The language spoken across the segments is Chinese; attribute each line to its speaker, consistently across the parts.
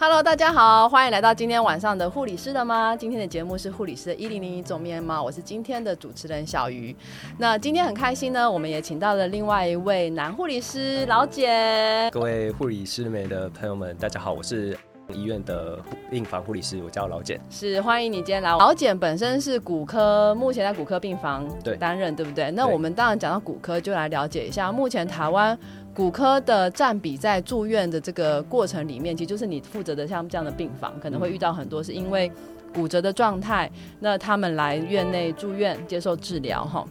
Speaker 1: Hello，大家好，欢迎来到今天晚上的护理师的吗？今天的节目是护理师的一零零一总面貌，我是今天的主持人小鱼。那今天很开心呢，我们也请到了另外一位男护理师老姐。
Speaker 2: 各位护理师美的朋友们，大家好，我是医院的病房护理师，我叫老简。
Speaker 1: 是欢迎你今天来。老简本身是骨科，目前在骨科病房
Speaker 2: 对
Speaker 1: 担任，对不对？那
Speaker 2: 对
Speaker 1: 我们当然讲到骨科，就来了解一下目前台湾骨科的占比在住院的这个过程里面，其实就是你负责的像这样的病房，可能会遇到很多是因为骨折的状态，那他们来院内住院接受治疗，哈。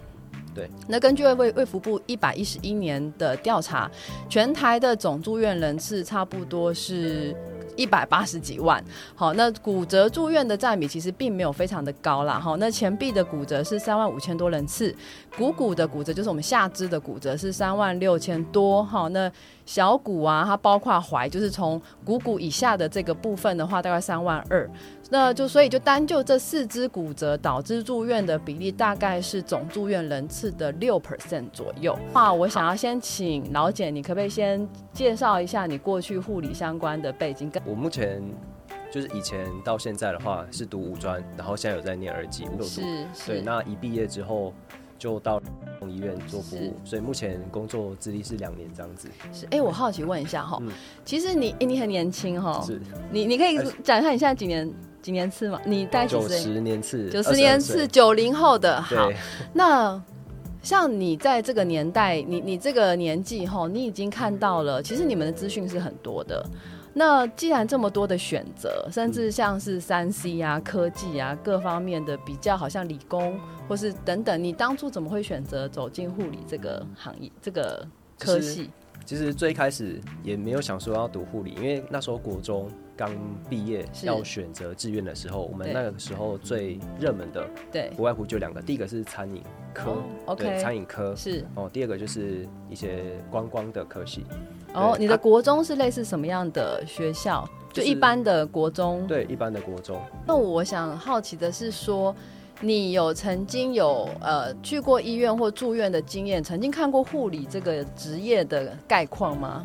Speaker 2: 对，
Speaker 1: 那根据卫卫卫福部一百一十一年的调查，全台的总住院人次差不多是一百八十几万。好，那骨折住院的占比其实并没有非常的高啦。哈，那前臂的骨折是三万五千多人次，股骨的骨折就是我们下肢的骨折是三万六千多。哈，那小骨啊，它包括踝，就是从股骨以下的这个部分的话，大概三万二。那就所以就单就这四肢骨折导致住院的比例，大概是总住院人次的六 percent 左右。那我想要先请老简，你可不可以先介绍一下你过去护理相关的背景？跟
Speaker 2: 我目前就是以前到现在的话是读五专，然后现在有在念二级，我有读。
Speaker 1: 是
Speaker 2: 对，
Speaker 1: 是
Speaker 2: 那一毕业之后就到医院做服务，所以目前工作资历是两年这样子。
Speaker 1: 是，哎、我好奇问一下哈，
Speaker 2: 嗯
Speaker 1: 其实你、哎你很年轻哈，
Speaker 2: 是
Speaker 1: 你你可以
Speaker 2: 二十
Speaker 1: 讲一下你现在几年几年次吗？你大概几
Speaker 2: 九
Speaker 1: 岁？
Speaker 2: 十年次，
Speaker 1: 九十年
Speaker 2: 22
Speaker 1: 次，
Speaker 2: 岁。
Speaker 1: 九零后的。好
Speaker 2: 对，，
Speaker 1: 那像你在这个年代，你你这个年纪吼，你已经看到了，其实你们的资讯是很多的。那既然这么多的选择，甚
Speaker 2: 嗯
Speaker 1: 至像是三 C 啊、科技啊各方面的比较，好像理工或是等等，你当初怎么会选择走进护理这个行业、这个科
Speaker 2: 就是
Speaker 1: 系？
Speaker 2: 其实最开始也没有想说要读护理，因为那时候国中刚毕业
Speaker 1: 是
Speaker 2: 要选择志愿的时候，我们
Speaker 1: 对
Speaker 2: 那个时候最热门的
Speaker 1: 对
Speaker 2: 不外乎就两个，第一个是餐饮科、
Speaker 1: 哦，OK
Speaker 2: 对，餐饮科，
Speaker 1: 是
Speaker 2: 哦，第二个就是一些观光的科系，
Speaker 1: 哦，
Speaker 2: 对
Speaker 1: 你的
Speaker 2: 啊
Speaker 1: 国中是类似什么样的学校？就
Speaker 2: 就是
Speaker 1: 一般的国中。
Speaker 2: 对，一般的国中，
Speaker 1: 那我想好奇的是说，你有曾经有呃去过医院或住院的经验，曾经看过护理这个职业的概况吗？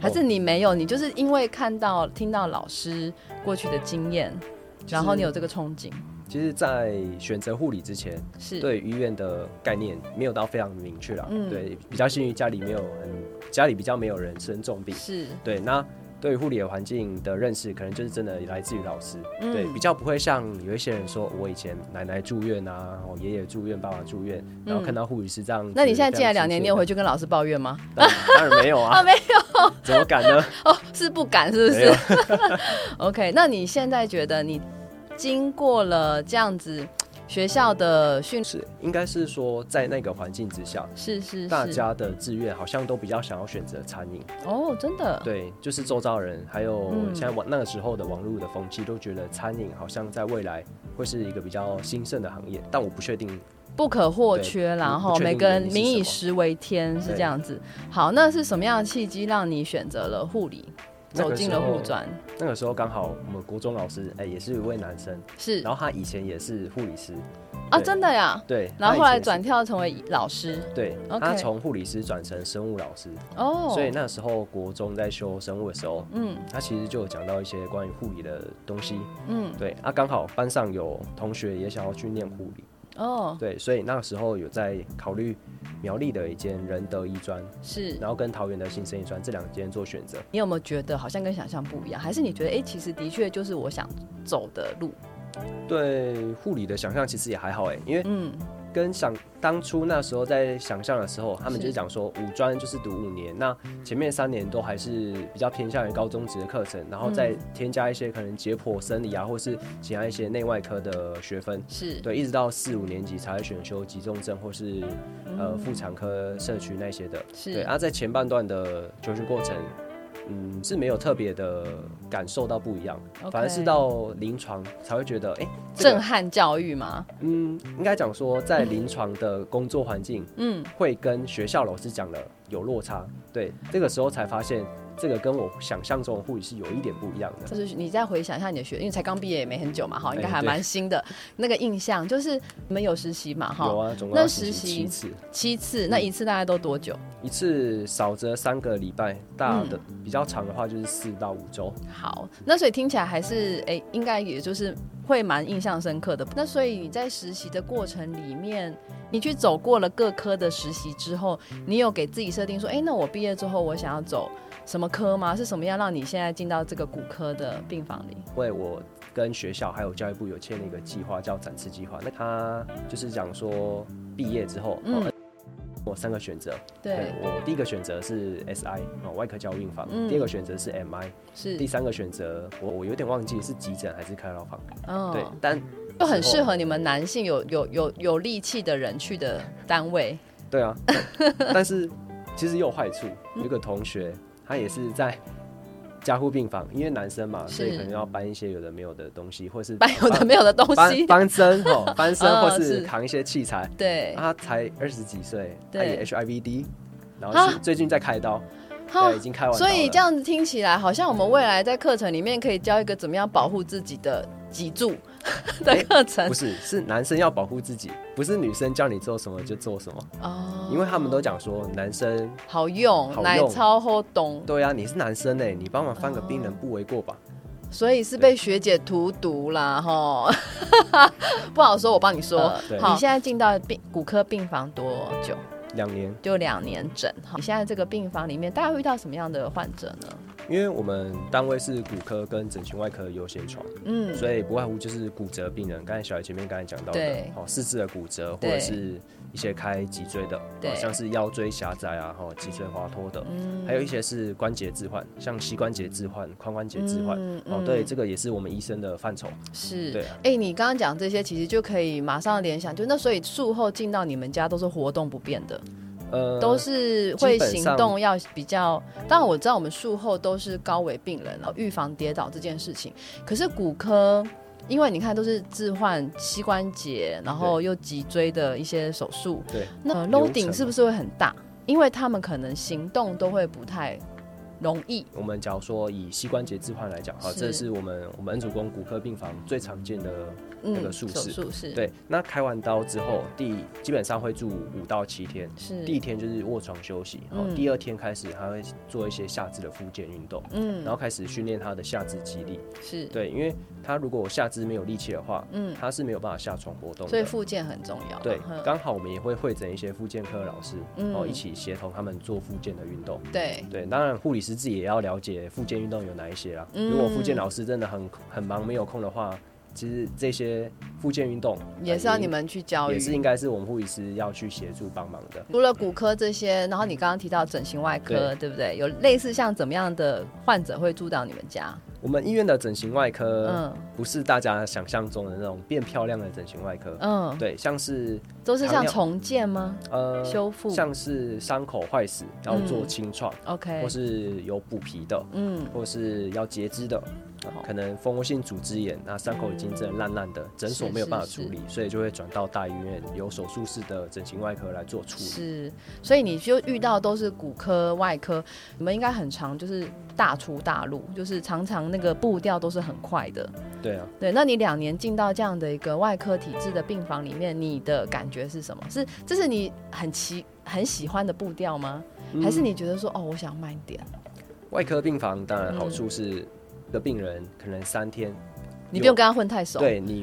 Speaker 1: 还
Speaker 2: 哦
Speaker 1: 是你没有？你就是因为看到、听到老师过去的经验，
Speaker 2: 就是
Speaker 1: 然后你有这个憧憬，
Speaker 2: 其实，在选择护理之前，
Speaker 1: 是
Speaker 2: 对医院的概念没有到非常明确啦，
Speaker 1: 嗯
Speaker 2: 对，比较幸运家里没有很，家里比较没有人生重病，
Speaker 1: 是
Speaker 2: 对，那。对于护理的环境的认识，可能就是真的来自于老师，
Speaker 1: 嗯
Speaker 2: 对，比较不会像有一些人说，我以前奶奶住院啊，我爷爷住院，爸爸住院，然后看到护理师这样子、
Speaker 1: 嗯那你现在
Speaker 2: 这样
Speaker 1: 进来两
Speaker 2: 亲切
Speaker 1: 年，
Speaker 2: 的
Speaker 1: 你有回去跟老师抱怨吗？
Speaker 2: 当然当然没 有啊，
Speaker 1: 啊，没有
Speaker 2: 怎么 敢呢？
Speaker 1: 哦，是不敢，是不
Speaker 2: 没有
Speaker 1: 是？OK，那你现在觉得你经过了这样子学校的训，
Speaker 2: 是，应该是说在那个环境之下，
Speaker 1: 是是是，
Speaker 2: 大家的志愿好像都比较想要选择餐饮。
Speaker 1: 哦，真的，
Speaker 2: 对，就是周遭人，还有
Speaker 1: 嗯
Speaker 2: 现在网那个时候的网络的风气，都觉得餐饮好像在未来会是一个比较兴盛的行业，但我不确定。
Speaker 1: 不可或缺啦，
Speaker 2: 对
Speaker 1: 然
Speaker 2: 不
Speaker 1: 后
Speaker 2: 不确定
Speaker 1: 每个人
Speaker 2: 原因是
Speaker 1: 民以
Speaker 2: 什么
Speaker 1: 食为天是
Speaker 2: 对
Speaker 1: 这样子。好，那是什么样的契机让你选择了护理，
Speaker 2: 那个
Speaker 1: 走进了
Speaker 2: 时候
Speaker 1: 护专？
Speaker 2: 那个时候刚好我们国中老师，哎、也是一位男生，
Speaker 1: 是
Speaker 2: 然后他以前也是护理师
Speaker 1: 啊，
Speaker 2: 对
Speaker 1: 真的呀。
Speaker 2: 对，
Speaker 1: 然
Speaker 2: 他以
Speaker 1: 后后来
Speaker 2: 前是
Speaker 1: 转跳成为老师
Speaker 2: 对，
Speaker 1: OK
Speaker 2: 他从护理师转成生物老师，
Speaker 1: 哦，
Speaker 2: 所以那时候国中在修生物的时候，
Speaker 1: 嗯
Speaker 2: 他其实就有讲到一些关于护理的东西，
Speaker 1: 嗯
Speaker 2: 对啊，刚好班上有同学也想要去念护理，
Speaker 1: 哦
Speaker 2: 对，所以那个时候有在考虑苗栗的一间仁德医专，
Speaker 1: 是。
Speaker 2: 然后跟桃园的新生医专这两间做选择。
Speaker 1: 你有没有觉得好像跟想象不一样？还是你觉得哎、诶其实的确就是我想走的路？
Speaker 2: 对护理的想象其实也还好哎，因为
Speaker 1: 嗯，
Speaker 2: 跟想当初那时候在想象的时候，他们
Speaker 1: 是
Speaker 2: 就是讲说五专就是读五年，那前面三年都还是比较偏向于高中职的课程，然后再添加一些可能解剖生理啊，或是其他一些内外科的学分。
Speaker 1: 是
Speaker 2: 对，一直到四五年级才会选修急重症或是呃妇产科、社区那些的。
Speaker 1: 是
Speaker 2: 对，啊，在前半段的求学过程，嗯，是没有特别的感受到不一样
Speaker 1: OK
Speaker 2: 反而是到临床才会觉得，哎、这
Speaker 1: 震
Speaker 2: 个
Speaker 1: 撼教育吗？
Speaker 2: 嗯，应该讲说在临床的工作环境
Speaker 1: 嗯，
Speaker 2: 会跟学校老师讲的有落差。对，这个时候才发现。这个跟我想象中的护理是有一点不一样的。
Speaker 1: 就是你再回想一下你的学，因为才刚毕业也没很久嘛，哈，应该
Speaker 2: 哎
Speaker 1: 还
Speaker 2: 对
Speaker 1: 蛮新的。那个印象就是你们有实习嘛，
Speaker 2: 有
Speaker 1: 哈，
Speaker 2: 啊，总共
Speaker 1: 那
Speaker 2: 要实
Speaker 1: 实
Speaker 2: 习
Speaker 1: 习
Speaker 2: 七次，
Speaker 1: 七次，那一次大概都多久？
Speaker 2: 一次少则三个礼拜，大的、
Speaker 1: 嗯
Speaker 2: 比较长的话就是四到五周。
Speaker 1: 好，那所以听起来还是哎、应该也就是会蛮印象深刻的。那所以你在实习的过程里面，你去走过了各科的实习之后，你有给自己设定说，哎、那我毕业之后我想要走什么科吗？是什么样让你现在进到这个骨科的病房里？
Speaker 2: 因为我跟学校还有教育部有签了一个计划叫展翅计划，那他就是讲说毕业之后，
Speaker 1: 嗯
Speaker 2: 嗯，我三个选择，
Speaker 1: 对，
Speaker 2: 我第一个选择是 SI 哦外科教育病房，
Speaker 1: 嗯
Speaker 2: 第二个选择是 MI，第
Speaker 1: 是，
Speaker 2: 三个选择我我有点忘记是急诊还是开刀房，
Speaker 1: 嗯
Speaker 2: 对，但
Speaker 1: 就很
Speaker 2: 之后
Speaker 1: 适合你们男性有有有有力气的人去的单位。
Speaker 2: 对啊， 但是其实也有坏处。有一个同学，他也是在加护病房，因为男生嘛，
Speaker 1: 是
Speaker 2: 所以可能要搬一些有的没有的东西，或是
Speaker 1: 搬有的没有的东
Speaker 2: 搬
Speaker 1: 西，
Speaker 2: 搬针 哦，搬针
Speaker 1: 嗯
Speaker 2: 或是
Speaker 1: 是
Speaker 2: 扛一些器材。啊
Speaker 1: 对，
Speaker 2: 他才二十几岁，
Speaker 1: 对
Speaker 2: 他也 HIVD，然后是最近在开刀，
Speaker 1: 哈
Speaker 2: 对，已经开完刀
Speaker 1: 啊所
Speaker 2: 了。
Speaker 1: 以这样子听起来，好像我们未来在课程里面可以教一个怎么样保护自己的脊 柱的课程
Speaker 2: 不是是男生要保护自己，不是女生叫你做什么就做什么，
Speaker 1: 哦
Speaker 2: 因为他们都讲说男生，
Speaker 1: 好用，
Speaker 2: 好用
Speaker 1: 奶超好懂，
Speaker 2: 对啊，你是男生哎，你帮忙翻个病人不为过吧？
Speaker 1: 所以是被学姐荼毒啦吼， 不好说，我帮你说。
Speaker 2: 呃对
Speaker 1: 好，你现在进到病骨科病房多久？
Speaker 2: 两年。
Speaker 1: 就两年整哈。你现在这个病房里面，大概遇到什么样的患者呢？
Speaker 2: 因为我们单位是骨科跟整形外科优先床，
Speaker 1: 嗯，
Speaker 2: 所以不外乎就是骨折病人。刚才小姐前面刚才讲到的
Speaker 1: 对，
Speaker 2: 哦，四肢的骨折或
Speaker 1: 对
Speaker 2: 者是一些开脊椎的，
Speaker 1: 对嗯
Speaker 2: 哦像是腰椎狭窄啊，哈、脊椎滑脱的，还有一些是关节置换，像膝关节置换、髋关节置换。
Speaker 1: 嗯
Speaker 2: 哦，对，这个也是我们医生的范畴。
Speaker 1: 是，
Speaker 2: 对
Speaker 1: 哎
Speaker 2: 啊、
Speaker 1: 你刚刚讲这些，其实就可以马上联想，就那所以术后进到你们家都是活动不便的，
Speaker 2: 呃，
Speaker 1: 都是会行动要比较。当然我知道我们术后都是高危病人哦了，预防跌倒这件事情。可是骨科，因为你看都是置换膝关节，然后又脊椎的一些手术，
Speaker 2: 对，
Speaker 1: 那呃
Speaker 2: 流
Speaker 1: loading
Speaker 2: 程啊
Speaker 1: 是不是会很大？因为他们可能行动都会不太容易。
Speaker 2: 我们假如说以膝关节置换来讲，哈，
Speaker 1: 是
Speaker 2: 这是我们我们恩主公骨科病房最常见的那
Speaker 1: 嗯，
Speaker 2: 个术
Speaker 1: 手
Speaker 2: 式
Speaker 1: 术是，，
Speaker 2: 对，那开完刀之后，第基本上会住五到七天。
Speaker 1: 是
Speaker 2: 第一天就是卧床休息，然后
Speaker 1: 嗯
Speaker 2: 第二天开始他会做一些下肢的复健运动，
Speaker 1: 嗯
Speaker 2: 然后开始训练他的下肢肌力。
Speaker 1: 是，
Speaker 2: 对，因为他如果下肢没有力气的话，
Speaker 1: 嗯，
Speaker 2: 他是没有办法下床活动
Speaker 1: 所以
Speaker 2: 的。
Speaker 1: 复健很重要。
Speaker 2: 对
Speaker 1: 嗯，
Speaker 2: 刚好我们也会会诊一些复健科老师，然后
Speaker 1: 嗯
Speaker 2: 一起协同他们做复健的运动。
Speaker 1: 对，
Speaker 2: 对，当然护理师自己也要了解复健运动有哪一些啦。
Speaker 1: 嗯
Speaker 2: 如果复健老师真的很很忙没有空的话，其实这些复健运动
Speaker 1: 也是
Speaker 2: 呃
Speaker 1: 要你们去教
Speaker 2: 也是
Speaker 1: 育。
Speaker 2: 应该是我们护理师要去协助帮忙的。
Speaker 1: 除了骨科这些，然后你刚刚提到整形外科，对不对？有类似像怎么样的患者会住到你们家？
Speaker 2: 我们医院的整形外科
Speaker 1: 嗯
Speaker 2: 不是大家想象中的那种变漂亮的整形外科，
Speaker 1: 嗯，
Speaker 2: 对，像是
Speaker 1: 都是
Speaker 2: 糖
Speaker 1: 像
Speaker 2: 尿
Speaker 1: 重建吗？
Speaker 2: 呃
Speaker 1: 修复
Speaker 2: 像是伤口坏死要做
Speaker 1: 嗯
Speaker 2: 清创，
Speaker 1: ？OK，
Speaker 2: 或是有补皮的，
Speaker 1: 嗯，
Speaker 2: 或是要截肢的，
Speaker 1: 好
Speaker 2: 可能蜂窝性组织炎，那伤口已经真的烂烂的，诊所没有办法处理，所以就会转到大医院有手术室的整形外科来做处理。
Speaker 1: 是，所以你就遇到都是骨科、外科，你们应该很常就是大出大入，就是常常那个步调都是很快的。
Speaker 2: 对啊，
Speaker 1: 对，那你两年进到这样的一个外科体制的病房里面，你的感觉是什么？是这是你很奇很喜欢的步调吗？
Speaker 2: 嗯
Speaker 1: 还是你觉得说哦，我想慢一点？
Speaker 2: 外科病房当然好处是，个病人可能三天，
Speaker 1: 嗯你
Speaker 2: 有
Speaker 1: 不用跟他混太熟。，
Speaker 2: 对你，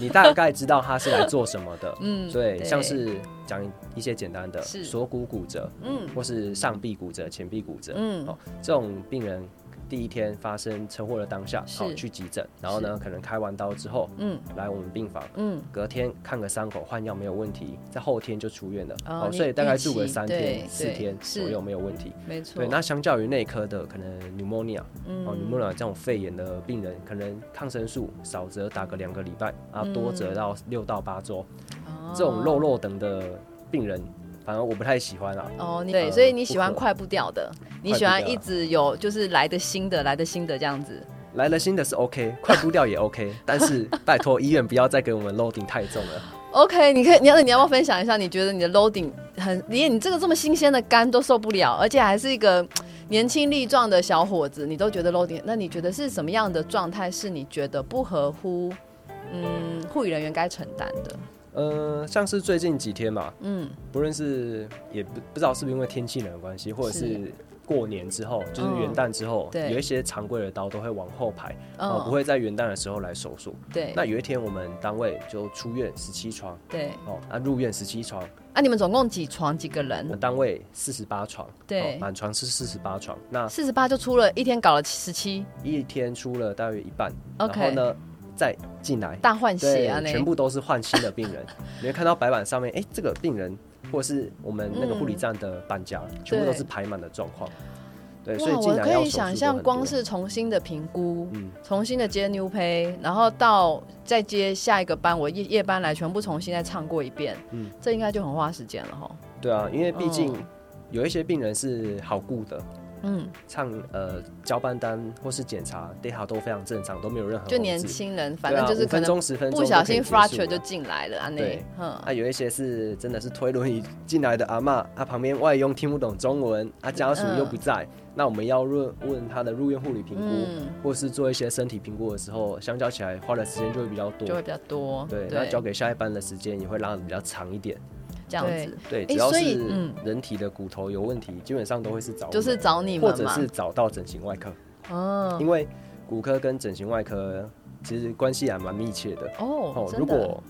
Speaker 2: 你大概知道他是来做什么的。
Speaker 1: 嗯
Speaker 2: 对，像是讲一些简单的
Speaker 1: 是
Speaker 2: 锁骨骨折，
Speaker 1: 嗯
Speaker 2: 或是上臂骨折、前臂骨折，
Speaker 1: 嗯
Speaker 2: 哦，这种病人第一天发生车祸的当下，
Speaker 1: 是
Speaker 2: 好、去急诊，然后呢，可能开完刀之后
Speaker 1: 嗯
Speaker 2: 来我们病房，
Speaker 1: 嗯，
Speaker 2: 隔天看个伤口，换药没有问题，在后天就出院了。
Speaker 1: 哦
Speaker 2: 哦，
Speaker 1: 你
Speaker 2: 所以大概
Speaker 1: 预期
Speaker 2: 住个三
Speaker 1: 对
Speaker 2: 天、四
Speaker 1: 对
Speaker 2: 天
Speaker 1: 是
Speaker 2: 左右没有问题。
Speaker 1: 没错。
Speaker 2: 对，那相较于内科的可能 pneumonia 哦
Speaker 1: 嗯
Speaker 2: pneumonia 这种肺炎的病人，可能抗生素少则打个两个礼拜啊，多
Speaker 1: 嗯
Speaker 2: 则到六到八周，
Speaker 1: 哦
Speaker 2: 这种肉肉等的病人，反而我不太喜欢啦。
Speaker 1: 哦，你对，
Speaker 2: 呃
Speaker 1: 所以你喜欢
Speaker 2: 不可
Speaker 1: 快步调的，你
Speaker 2: 快
Speaker 1: 喜
Speaker 2: 步
Speaker 1: 欢
Speaker 2: 调
Speaker 1: 一
Speaker 2: 啊
Speaker 1: 直有就是来的新的，来的新的这样子。
Speaker 2: 来了新的是 OK，快 步调也 OK，但是 拜托医院不要再给我们 loading 太重了。
Speaker 1: OK，你可以，你要你要不要分享一下？你觉得你的 loading 很，连你这个这么新鲜的肝都受不了，而且还是一个年轻力壮的小伙子，你都觉得 low 点，那你觉得是什么样的状态是你觉得不合乎嗯护理人员该承担的？
Speaker 2: 呃，像是最近几天嘛，
Speaker 1: 嗯，
Speaker 2: 不论是也不不知道是不是因为天气冷的关系，或者是
Speaker 1: 是
Speaker 2: 过年之后，就是
Speaker 1: 嗯
Speaker 2: 元旦之后，
Speaker 1: 对
Speaker 2: 有一些常规的刀都会往后排，
Speaker 1: 嗯
Speaker 2: 哦，不会在元旦的时候来手术。
Speaker 1: 对
Speaker 2: 那有一天我们单位就出院十七床，
Speaker 1: 对。
Speaker 2: 哦，啊入院十七床，
Speaker 1: 啊，你们总共几床几个
Speaker 2: 我们
Speaker 1: 人？
Speaker 2: 单位四十八床，
Speaker 1: 对
Speaker 2: 哦满床是四十八床，那
Speaker 1: 四十八就出了一天，搞了十七，
Speaker 2: 一天出了大约一半
Speaker 1: OK
Speaker 2: 然后呢再进来，
Speaker 1: 大换血
Speaker 2: 对
Speaker 1: 啊！，那
Speaker 2: 全部都是换新 的病人，你会看到白板上面，哎、这个病人或是我们那个护理站的搬家，全部都是排满的状况。对，所以
Speaker 1: 嗯哇，
Speaker 2: 进
Speaker 1: 我
Speaker 2: 来
Speaker 1: 可
Speaker 2: 要手
Speaker 1: 以
Speaker 2: 术都
Speaker 1: 想
Speaker 2: 很
Speaker 1: 象，
Speaker 2: 多
Speaker 1: 光是重新的评估，
Speaker 2: 嗯
Speaker 1: 重新的接 new pay，然后到再接下一个班，我夜夜班来全部重新再唱过一遍，
Speaker 2: 嗯
Speaker 1: 这应该就很花时间了哈。
Speaker 2: 对啊，因为毕竟
Speaker 1: 嗯
Speaker 2: 有一些病人是好顾的，
Speaker 1: 嗯，
Speaker 2: 唱呃交班单或是检查 data 都非常正常，都没有任何
Speaker 1: 就
Speaker 2: 红
Speaker 1: 年
Speaker 2: 字，
Speaker 1: 轻人，
Speaker 2: 对
Speaker 1: 反正
Speaker 2: 啊
Speaker 1: 就是
Speaker 2: 五
Speaker 1: 可
Speaker 2: 分
Speaker 1: 能
Speaker 2: 钟十分钟
Speaker 1: 不小
Speaker 2: 都可以
Speaker 1: 心
Speaker 2: 结束
Speaker 1: fracture
Speaker 2: 了
Speaker 1: 就进来了啊，那
Speaker 2: 对
Speaker 1: 嗯，
Speaker 2: 啊，有一些是真的是推轮椅进来的阿嬷，啊，旁边外佣听不懂中文，啊，家属又不在，那我们要问问他的入院护理评估，
Speaker 1: 嗯
Speaker 2: 或是做一些身体评估的时候，相较起来花的时间就会比较
Speaker 1: 就会
Speaker 2: 多。
Speaker 1: 比较多，
Speaker 2: 对，那交给下一班的时间也会拉的比较长一点。
Speaker 1: 这样
Speaker 3: 对
Speaker 1: 子，
Speaker 2: 对，
Speaker 1: 诶
Speaker 2: 只要
Speaker 1: 所以
Speaker 2: 是
Speaker 1: 嗯
Speaker 2: 人体的骨头有问题，基本上都会是找我们
Speaker 1: 就是找你
Speaker 2: 或
Speaker 1: 们
Speaker 2: 者
Speaker 1: 嘛
Speaker 2: 是，找到整形外科，
Speaker 1: 嗯，
Speaker 2: 因为骨科跟整形外科其实关系还蛮密切的。
Speaker 1: 哦
Speaker 2: 哦，，
Speaker 1: 真
Speaker 2: 如
Speaker 1: 的
Speaker 2: 果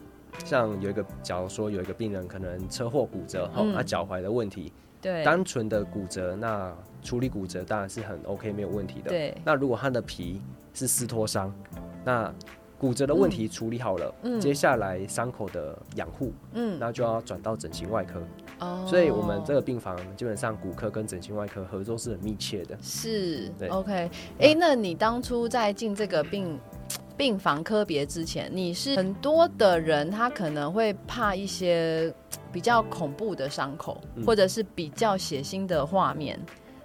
Speaker 2: 像有一个，假如说有一个病人可能车祸骨折，哈、
Speaker 1: 嗯
Speaker 2: 那脚踝的问题，
Speaker 1: 对
Speaker 2: 单纯的骨折，那处理骨折当然是很 OK 没有问题的。
Speaker 1: 对
Speaker 2: 那如果他的皮是撕脱伤，那骨折的问题处理好了，
Speaker 1: 嗯
Speaker 2: 接下来伤口的养护，
Speaker 1: 嗯
Speaker 2: 那就要转到整形外科。
Speaker 1: 哦，
Speaker 2: 所以我们这个病房基本上骨科跟整形外科合作是很密切的。
Speaker 1: 是
Speaker 2: 对
Speaker 1: OK，哎、诶那你当初在进这个病病房科别之前，你是很多的人他可能会怕一些比较恐怖的伤口，
Speaker 2: 嗯
Speaker 1: 或者是比较血腥的画面。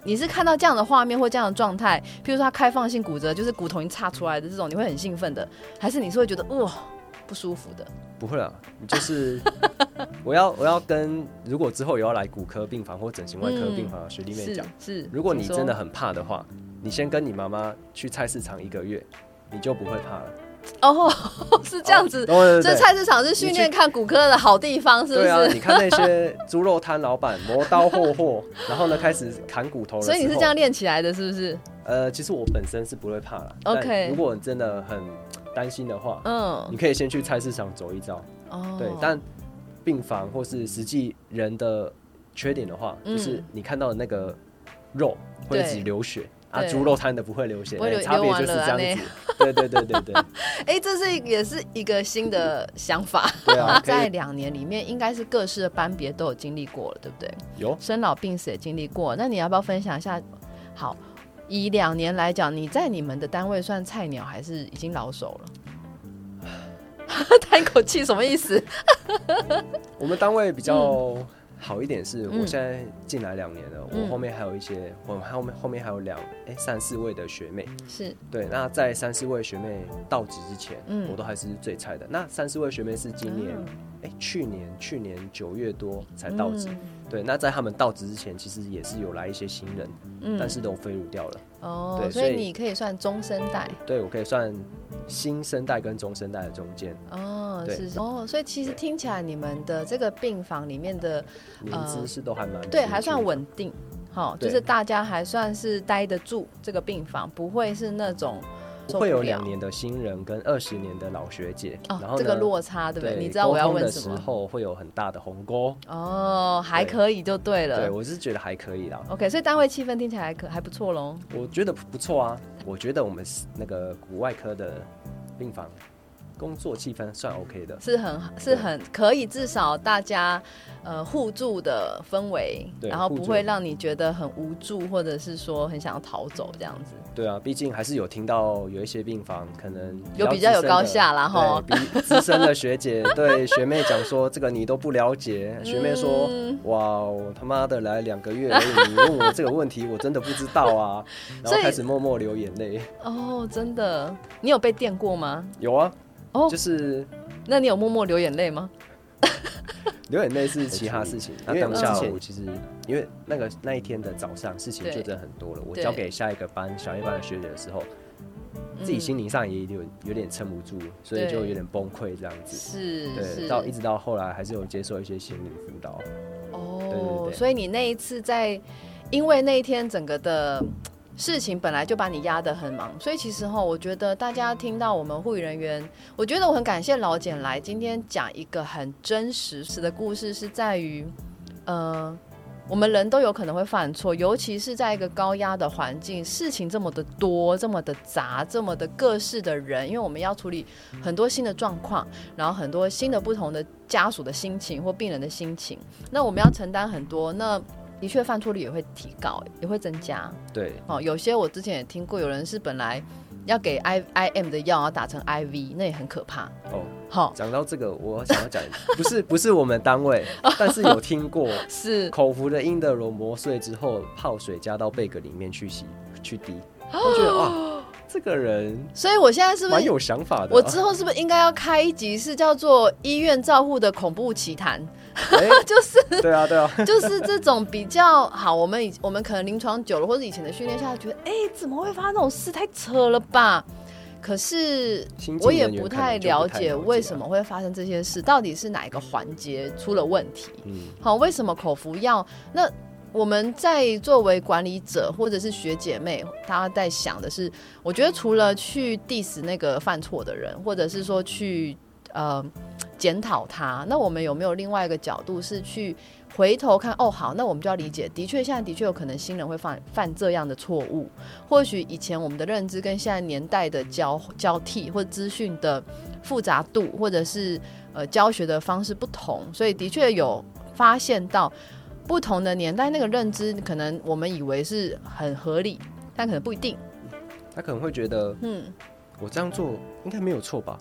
Speaker 1: 你是看到这样的画面或这样的状态，譬如说他开放性骨折，就是骨头已经岔出来的这种，你会很兴奋的，还是你是会觉得哇不舒服的？
Speaker 2: 不会啦，就是 我要我要跟如果之后有要来骨科病房或整形外科病房的学弟妹
Speaker 1: 嗯是
Speaker 2: 讲，
Speaker 1: 是，
Speaker 2: 如果你
Speaker 1: 请说
Speaker 2: 真的很怕的话，你先跟你妈妈去菜市场一个月，你就不会怕了。
Speaker 1: 哦 是这样子，
Speaker 2: 哦对对
Speaker 1: 所以
Speaker 2: 对
Speaker 1: 菜市场是训练看骨科的好地方，是不
Speaker 2: 对
Speaker 1: 是？
Speaker 2: 啊，你看那些猪肉摊老板磨刀霍霍，然后呢开始砍骨头的时
Speaker 1: 所
Speaker 2: 候
Speaker 1: 以你是这样练起来的，是不是？
Speaker 2: 呃，其实我本身是不会怕了。
Speaker 1: OK
Speaker 2: 但如果你真的很担心的话，
Speaker 1: 嗯
Speaker 2: 你，可以先去菜市场走一遭。
Speaker 1: 哦，
Speaker 2: 对，但病房或是实际人的缺点的话，
Speaker 1: 嗯
Speaker 2: 就是你看到的那个肉会一直
Speaker 1: 对
Speaker 2: 流血。啊，
Speaker 1: 对
Speaker 2: 猪肉摊的不会流血，
Speaker 1: 不会
Speaker 2: 哎
Speaker 1: 流
Speaker 2: 差别
Speaker 1: 流
Speaker 2: 就
Speaker 1: 完
Speaker 2: 是
Speaker 1: 了
Speaker 2: 这
Speaker 1: 啊
Speaker 2: 样子。 对对对对对，
Speaker 1: 哎、这是也是一个新的想法。
Speaker 2: 对 啊，可
Speaker 1: 在
Speaker 2: 以
Speaker 1: 两年里面，应该是各式的班别都有经历过了，对不对？
Speaker 2: 有
Speaker 1: 生老病死也经历过。那你要不要分享一下？好，以两年来讲，你在你们的单位算菜鸟还是已经老手了？ 叹一口气什么意 思？
Speaker 2: 我们单位比较好一点是，
Speaker 1: 嗯
Speaker 2: 我现在进来两年了，
Speaker 1: 嗯
Speaker 2: 我后面还有一些，我后面后面还有两哎三四位的学妹，
Speaker 1: 是
Speaker 2: 对，那在三四位学妹到职之前，
Speaker 1: 嗯
Speaker 2: 我都还是最菜的。那三四位学妹是今年
Speaker 1: 嗯，
Speaker 2: 哎、去年去年九月多才到职，
Speaker 1: 嗯
Speaker 2: 对，那在他们到职之前，其实也是有来一些新人，
Speaker 1: 嗯
Speaker 2: 但是都飞入掉了。
Speaker 1: 哦，
Speaker 2: 对
Speaker 1: 所
Speaker 2: 所
Speaker 1: 以
Speaker 2: 以
Speaker 1: 你可以算中生代
Speaker 2: 对我可以算新生代跟中生代的中间，
Speaker 1: 哦，
Speaker 2: 对
Speaker 1: 是是哦，所以其实
Speaker 2: 对
Speaker 1: 听起来你们的这个病房里面的
Speaker 2: 年资是都还蛮、
Speaker 1: 呃对，还算。稳定，好、就
Speaker 2: 对
Speaker 1: 是大家还算是待得住这个病房，不会是那种受不
Speaker 2: 会有
Speaker 1: 了
Speaker 2: 两年的新人跟二十年的老学姐，然
Speaker 1: 哦
Speaker 2: 后，
Speaker 1: 这个
Speaker 2: 呢
Speaker 1: 落差，对不对？
Speaker 2: 对，
Speaker 1: 你知道我要
Speaker 2: 沟通
Speaker 1: 问
Speaker 2: 的
Speaker 1: 什
Speaker 2: 时
Speaker 1: 么？
Speaker 2: 候会有很大的鸿沟。
Speaker 1: 哦，还
Speaker 2: 对
Speaker 1: 可以就对了。
Speaker 2: 对我是觉得还可以啦，
Speaker 1: OK，所以单位气氛听起来还可还不错喽。
Speaker 2: 我觉得不错啊。我觉得我们是那个骨外科的病房工作气氛算 OK 的。
Speaker 1: 是很是很可以，至少大家呃互助的氛围，
Speaker 2: 对
Speaker 1: 然后
Speaker 2: 互
Speaker 1: 不
Speaker 2: 助
Speaker 1: 会让你觉得很无助，或者是说很想要逃走这样子。
Speaker 2: 对啊，毕竟还是有听到有一些病房可能
Speaker 1: 有比较有
Speaker 2: 资深的
Speaker 1: 高下啦吼
Speaker 2: 对比 资深的学姐 对学妹讲说这个你都不了解，
Speaker 1: 嗯
Speaker 2: 学妹说、哇，我他妈的来两个月而已，你问我这个问题我真的不知 道啊，
Speaker 1: 所
Speaker 2: 然后
Speaker 1: 以
Speaker 2: 开始默默流眼泪。
Speaker 1: 哦，真的，你有被电过吗？
Speaker 2: 有啊，
Speaker 1: 哦
Speaker 2: 就是
Speaker 1: 那你有默默流眼泪吗？
Speaker 2: 有点类似其他事情。因
Speaker 3: 那
Speaker 2: 为我
Speaker 3: 当下
Speaker 2: 之前
Speaker 3: 我
Speaker 2: 其实因为那个那一天的早上事情就真的很多了，我
Speaker 1: 对嗯
Speaker 2: 交给下一个班小一班的学姐的时候，自己心灵上也有有点撑不住，所以
Speaker 1: 对
Speaker 2: 就有点崩溃这样子。
Speaker 1: 是
Speaker 2: 对，
Speaker 1: 是
Speaker 2: 到一直到后来还是有接受一些心理辅导。对对
Speaker 1: 哦，
Speaker 2: 对
Speaker 1: 所以你那一次在，因为那一天整个的嗯事情本来就把你压得很忙，所以其实哈，我觉得大家听到我们护理人员，我觉得我很感谢老简来今天讲一个很真实实的故事，是在于，呃。我们人都有可能会犯错，尤其是在一个高压的环境，事情这么的多、这么的杂、这么的各式的人，因为我们要处理很多新的状况，然后很多新的不同的家属的心情或病人的心情。那我们要承担很多，那的确犯错率也会提高，也会增加。
Speaker 2: 对，
Speaker 1: 哦，有些我之前也听过，有人是本来要给 I I M 的药，然后打成 I V，那也很可怕。
Speaker 2: 哦，
Speaker 1: 好、
Speaker 2: 讲到这个，我想要讲，不是不是我们 单位，但是有听过
Speaker 1: 是
Speaker 2: 口服的英德罗磨碎之后，泡水加到贝壳里面去洗去滴，我觉得哇，这个人
Speaker 1: 所以我现啊在是不
Speaker 2: 蛮
Speaker 1: 是？
Speaker 2: 有想法的啊、
Speaker 1: 我之后是不是应该要开一集是叫做《医院照护的恐怖奇谈》？
Speaker 2: 哎，就是对啊对啊，
Speaker 1: 就是这种比较好，我们以我们可能临床久了，或者以前的训练下，觉得哎、怎么会发生这种事？太扯了吧！可是
Speaker 2: 新进
Speaker 1: 我也
Speaker 2: 人员
Speaker 1: 不
Speaker 2: 可能
Speaker 1: 太
Speaker 2: 就不
Speaker 1: 了
Speaker 2: 太
Speaker 1: 解
Speaker 2: 了
Speaker 1: 为
Speaker 2: 解
Speaker 1: 什
Speaker 2: 啊
Speaker 1: 么会发生这些事，到底是哪一个环节出了问题？
Speaker 2: 嗯，
Speaker 1: 好，为什么口服药？那我们在作为管理者或者是学姐妹，她在想的是，我觉得除了去 diss 那个犯错的人，或者是说去呃检讨他，那我们有没有另外一个角度是去回头看？哦，好，那我们就要理解，的确现在的确有可能新人会犯犯这样的错误，或许以前我们的认知跟现在年代的 交交替或资讯的复杂度，或者是呃教学的方式不同，所以的确有发现到不同的年代那个认知，可能我们以为是很合理，但可能不一定。
Speaker 2: 他可能会觉得
Speaker 1: 嗯，
Speaker 2: 我这样做应该没有错吧？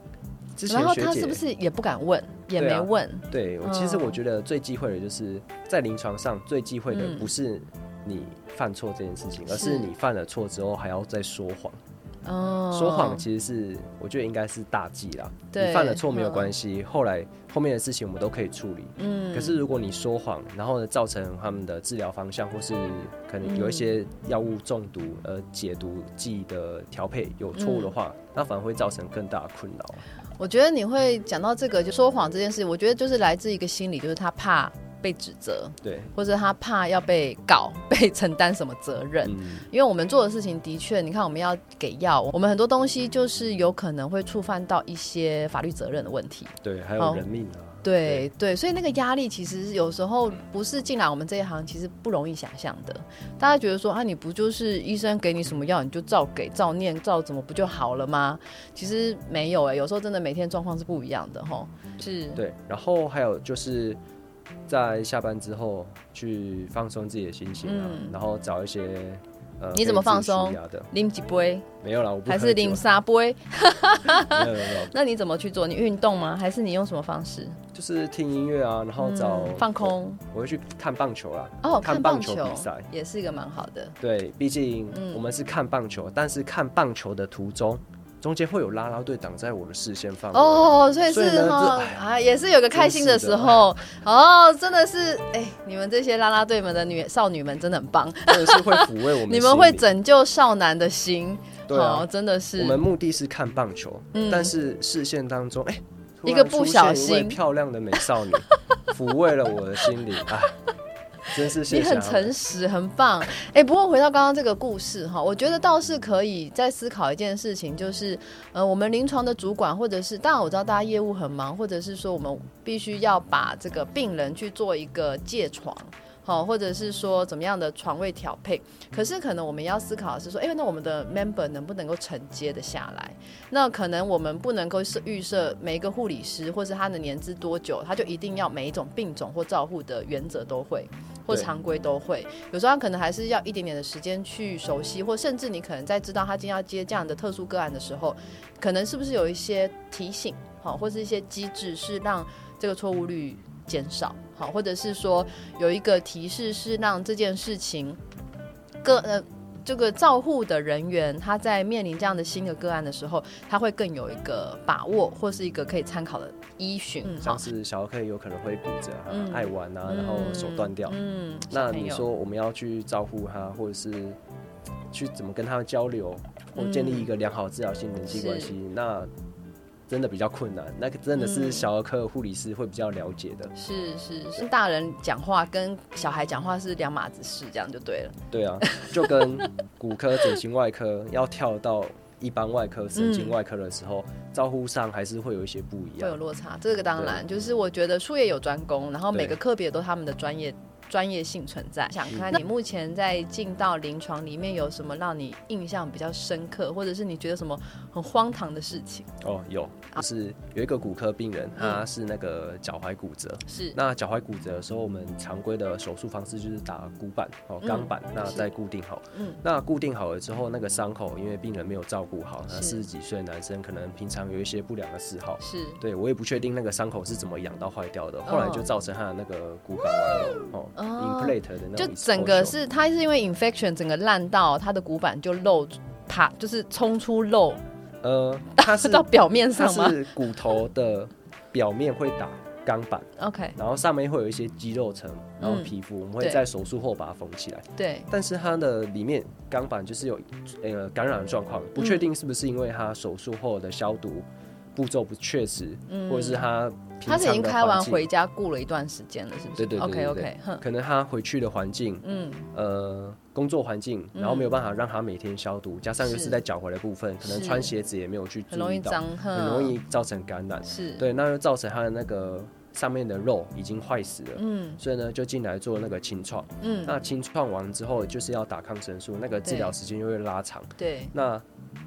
Speaker 2: 之前
Speaker 1: 然后
Speaker 2: 学
Speaker 1: 他
Speaker 2: 姐
Speaker 1: 是不是也不敢问，也
Speaker 2: 对
Speaker 1: 没
Speaker 2: 啊
Speaker 1: 问？
Speaker 2: 对我，
Speaker 1: 嗯
Speaker 2: 其实我觉得最忌讳的就是在临床上最忌讳的
Speaker 1: 嗯
Speaker 2: 不是你犯错这件事情，而
Speaker 1: 是
Speaker 2: 是你犯了错之后还要再说谎。
Speaker 1: 嗯，
Speaker 2: 说谎其实是我觉得应该是大忌啦。
Speaker 1: 对
Speaker 2: 你犯了错没有关系，后来后面的事情我们都可以处理。
Speaker 1: 嗯
Speaker 2: 可是如果你说谎，然后呢造成他们的治疗方向，或是可能有一些
Speaker 1: 嗯
Speaker 2: 药物中毒呃解毒剂的调配有错
Speaker 1: 嗯
Speaker 2: 误的话，那反而会造成更大的困扰。
Speaker 1: 我觉得你会讲到这个，就说谎这件事情，我觉得就是来自一个心理，就是他怕被指责，
Speaker 2: 对，
Speaker 1: 或者他怕要被告、 被承担什么责任。
Speaker 2: 嗯，
Speaker 1: 因为我们做的事情的确，你看我们要给药，我们很多东西就是有可能会触犯到一些法律责任的问题。
Speaker 2: 对，还
Speaker 1: 好
Speaker 2: 有人命啊。
Speaker 1: 对对，所以那个压力其实有时候不是进来我们这一行，其实不容易想象的。大家觉得说啊，你不就是医生给你什么药，你就照给、照念、照怎么不就好了吗？其实没有哎、有时候真的每天状况是不一样的吼。是，
Speaker 2: 对，然后还有就是在下班之后去放松自己的心情啊，
Speaker 1: 嗯
Speaker 2: 然后找一些呃，
Speaker 1: 你怎么
Speaker 2: 可以
Speaker 1: 放
Speaker 2: 自己
Speaker 1: 松
Speaker 2: 舒压的？
Speaker 1: 拎几杯
Speaker 2: 没有啦，我不
Speaker 1: 还
Speaker 2: 喝
Speaker 1: 是
Speaker 2: 酒
Speaker 1: 拎沙杯？
Speaker 2: 没有没有没有，
Speaker 1: 那你怎么去做？你运动吗？还是你用什么方式？
Speaker 2: 就是听音乐啊，然后找、
Speaker 1: 嗯放，空
Speaker 2: 我会去看棒球啦，
Speaker 1: 哦，
Speaker 2: 看
Speaker 1: 看
Speaker 2: 棒
Speaker 1: 棒
Speaker 2: 球
Speaker 1: 球
Speaker 2: 比赛
Speaker 1: 也是一个蛮好的。
Speaker 2: 对，毕竟
Speaker 1: 嗯
Speaker 2: 我们是看棒球，但是看棒球的途中，中间会有啦啦队挡在我的视线范围。
Speaker 1: 哦，所以
Speaker 2: 所以
Speaker 1: 是
Speaker 2: 呢
Speaker 1: 哈
Speaker 2: 这哎
Speaker 1: 啊，也是有个开心的时
Speaker 2: 哎
Speaker 1: 候哦，真的是哎，你们这些啦啦队们的女少女们真的很棒，
Speaker 2: 真的是会抚慰我们
Speaker 1: 你们会
Speaker 2: 整
Speaker 1: 拯救少男的心，
Speaker 2: 对啊
Speaker 1: 哦真的是
Speaker 2: 我们目的是看棒球，
Speaker 1: 嗯
Speaker 2: 但是视线当中，哎、突
Speaker 1: 一
Speaker 2: 然
Speaker 1: 个不小心
Speaker 2: 出现一位漂亮的美 少女，抚慰了我的心灵，哎，真是谢
Speaker 1: 你
Speaker 2: 谢
Speaker 1: 很
Speaker 2: 他们
Speaker 1: 诚实，很棒。哎、不过回到刚刚这个故事哈，我觉得倒是可以再思考一件事情，就是呃，我们临床的主管，或者是当然我知道大家业务很忙，或者是说我们必须要把这个病人去做一个借床。好，或者是说怎么样的床位调配，可是可能我们要思考的是说，哎、那我们的 member 能不能够承接的下来？那可能我们不能够是预设每一个护理师或是他的年资多久，他就一定要每一种病种或照护的原则都会。或
Speaker 2: 对
Speaker 1: 常规都会。有时候他可能还是要一点点的时间去熟悉，或甚至你可能在知道他今天要接这样的特殊个案的时候，可能是不是有一些提醒，好，或是一些机制是让这个错误率减少，好，或者是说有一个提示是让这件事情个呃。这个照护的人员他在面临这样的新的个案的时候，他会更有一个把握或是一个可以参考的依循。
Speaker 2: 嗯像是小儿科有可能会骨折啊、
Speaker 1: 嗯
Speaker 2: 爱玩啊，然后手断掉。
Speaker 1: 嗯，
Speaker 2: 那
Speaker 1: 小朋
Speaker 2: 你
Speaker 1: 友
Speaker 2: 说我们要去照顾他，或者是去怎么跟他交流，
Speaker 1: 嗯
Speaker 2: 或建立一个良好治疗性人际关系，那真的比较困难。那个真的是
Speaker 1: 嗯
Speaker 2: 小儿科的护理师会比较了解的。
Speaker 1: 是是是，大人讲话跟小孩讲话是两码子事，这样就对了。
Speaker 2: 对啊，就跟骨科、整形外科要跳到一般外科、神经外科的时候，照顾上还是会有一些不一
Speaker 1: 会有
Speaker 2: 样。
Speaker 1: 落差，这个当然就是我觉得术业有专攻，然后每个科别都他们的专业专业性存在。想看你目前在进到临床里面有什么让你印象比较深刻，或者是你觉得什么很荒唐的事情？
Speaker 2: 哦，有，就是有一个骨科病人，
Speaker 1: 嗯
Speaker 2: 他是那个脚踝骨折，
Speaker 1: 是
Speaker 2: 那脚踝骨折的时候，我们常规的手术方式就是打骨板哦，
Speaker 1: 嗯
Speaker 2: 钢板，那
Speaker 1: 是
Speaker 2: 再固定好。
Speaker 1: 嗯
Speaker 2: 那固定好了之后，那个伤口因为病人没有照顾好，那
Speaker 1: 是
Speaker 2: 四十几岁的男生可能平常有一些不良的嗜好。
Speaker 1: 是，
Speaker 2: 对，我也不确定那个伤口是怎么养到坏掉的，后来就造成他的那个骨板外露哦
Speaker 1: 哦
Speaker 2: ，implate 的那
Speaker 1: 就
Speaker 2: 种 exposure，
Speaker 1: 整个是它是因为 infection 整个烂到它的骨板就漏爬，就是冲出漏
Speaker 2: 呃，它是
Speaker 1: 到表面
Speaker 2: 它
Speaker 1: 上吗
Speaker 2: 是骨头的表面会打钢板，
Speaker 1: ？OK，
Speaker 2: 然后上面会有一些肌肉层，然后
Speaker 1: 嗯
Speaker 2: 皮肤，我们会
Speaker 1: 对
Speaker 2: 在手术后把它缝起来。
Speaker 1: 对，
Speaker 2: 但是它的里面钢板就是有呃感染的状况，不
Speaker 1: 嗯
Speaker 2: 确定是不是因为它手术后的消毒步骤不确实，或者是它
Speaker 1: 嗯
Speaker 2: 平
Speaker 1: 它
Speaker 2: 常
Speaker 1: 是已经
Speaker 2: 的
Speaker 1: 开完
Speaker 2: 环境
Speaker 1: 回，家顾了一段时间了，是不是？
Speaker 2: 对对对
Speaker 1: OK
Speaker 2: 对
Speaker 1: OK，哼，
Speaker 2: 可能它回去的环境，
Speaker 1: 嗯，
Speaker 2: 呃，工作环境，然后没有办法让它每天消毒，加上又
Speaker 1: 是
Speaker 2: 是在脚踝的部分，可能
Speaker 1: 是
Speaker 2: 穿鞋子也没有去
Speaker 1: 很
Speaker 2: 注
Speaker 1: 容易
Speaker 2: 意到，
Speaker 1: 脏，哼，
Speaker 2: 很容易造成感染，
Speaker 1: 是，
Speaker 2: 对，那就造成它的那个上面的肉已经坏死了。
Speaker 1: 嗯
Speaker 2: 所以呢，就进来做那个清创。
Speaker 1: 嗯，
Speaker 2: 那清创完之后，就是要打抗生素，那个治疗时间就会拉长。
Speaker 1: 对，
Speaker 2: 那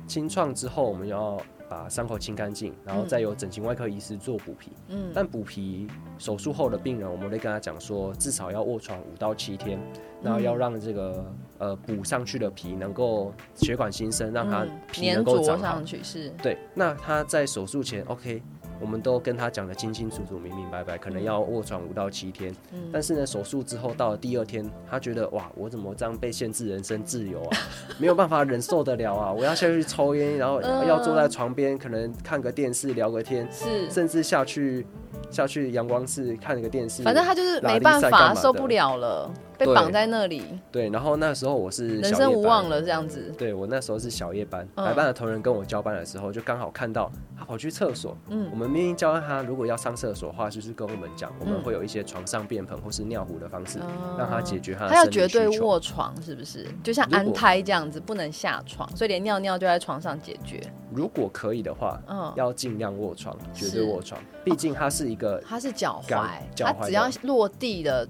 Speaker 2: 清创之后，我们要把伤口清干净，然后再由整形外科医师做补皮。
Speaker 1: 嗯
Speaker 2: 但补皮手术后的病人，我们会跟他讲说，至少要卧床五到七天，那
Speaker 1: 嗯
Speaker 2: 要让这个呃补上去的皮能够血管新生，让它
Speaker 1: 嗯
Speaker 2: 皮
Speaker 1: 粘
Speaker 2: 能够
Speaker 1: 着
Speaker 2: 长好
Speaker 1: 上。去是，
Speaker 2: 对，那他在手术前，OK，我们都跟他讲的清清楚楚、明明白白，可能要卧床五到七天。
Speaker 1: 嗯
Speaker 2: 但是呢，手术之后到了第二天，他觉得哇，我怎么这样被限制人身自由啊？ 没有办法忍受得了啊！我要下去抽烟，然后
Speaker 1: 嗯
Speaker 2: 要坐在床边，可能看个电视、聊个天，
Speaker 1: 是，
Speaker 2: 甚至下去下去阳光室看个电视。
Speaker 1: 反正他就是
Speaker 2: 拉
Speaker 1: 没
Speaker 2: 力
Speaker 1: 办
Speaker 2: 赛干嘛
Speaker 1: 法，
Speaker 2: 的
Speaker 1: 受不了了，被
Speaker 2: 对
Speaker 1: 绑在那里，
Speaker 2: 对，然后那时候我是
Speaker 1: 人
Speaker 2: 小
Speaker 1: 生
Speaker 2: 夜
Speaker 1: 无
Speaker 2: 班
Speaker 1: 望了这样子，
Speaker 2: 对我那时候是小夜班，
Speaker 1: 嗯
Speaker 2: 白班的同仁跟我交班的时候，就刚好看到他跑去厕所。
Speaker 1: 嗯
Speaker 2: 我们明明教他如果要上厕所的话，就是跟我们讲，我们
Speaker 1: 嗯
Speaker 2: 会有一些床上便盆或是尿壶的方式，
Speaker 1: 哦
Speaker 2: 让他解决他的
Speaker 1: 他要
Speaker 2: 生理
Speaker 1: 绝对
Speaker 2: 需求
Speaker 1: 卧床，是不是？就像
Speaker 2: 如果
Speaker 1: 安胎这样子，不能下床，所以连尿尿就在床上解决，
Speaker 2: 如果可以的话，
Speaker 1: 嗯。
Speaker 2: 要尽量卧床，绝对
Speaker 1: 是哦
Speaker 2: 卧床。毕竟它是一个
Speaker 1: 他是脚踝
Speaker 2: 感，脚
Speaker 1: 他
Speaker 2: 踝
Speaker 1: 只要落地的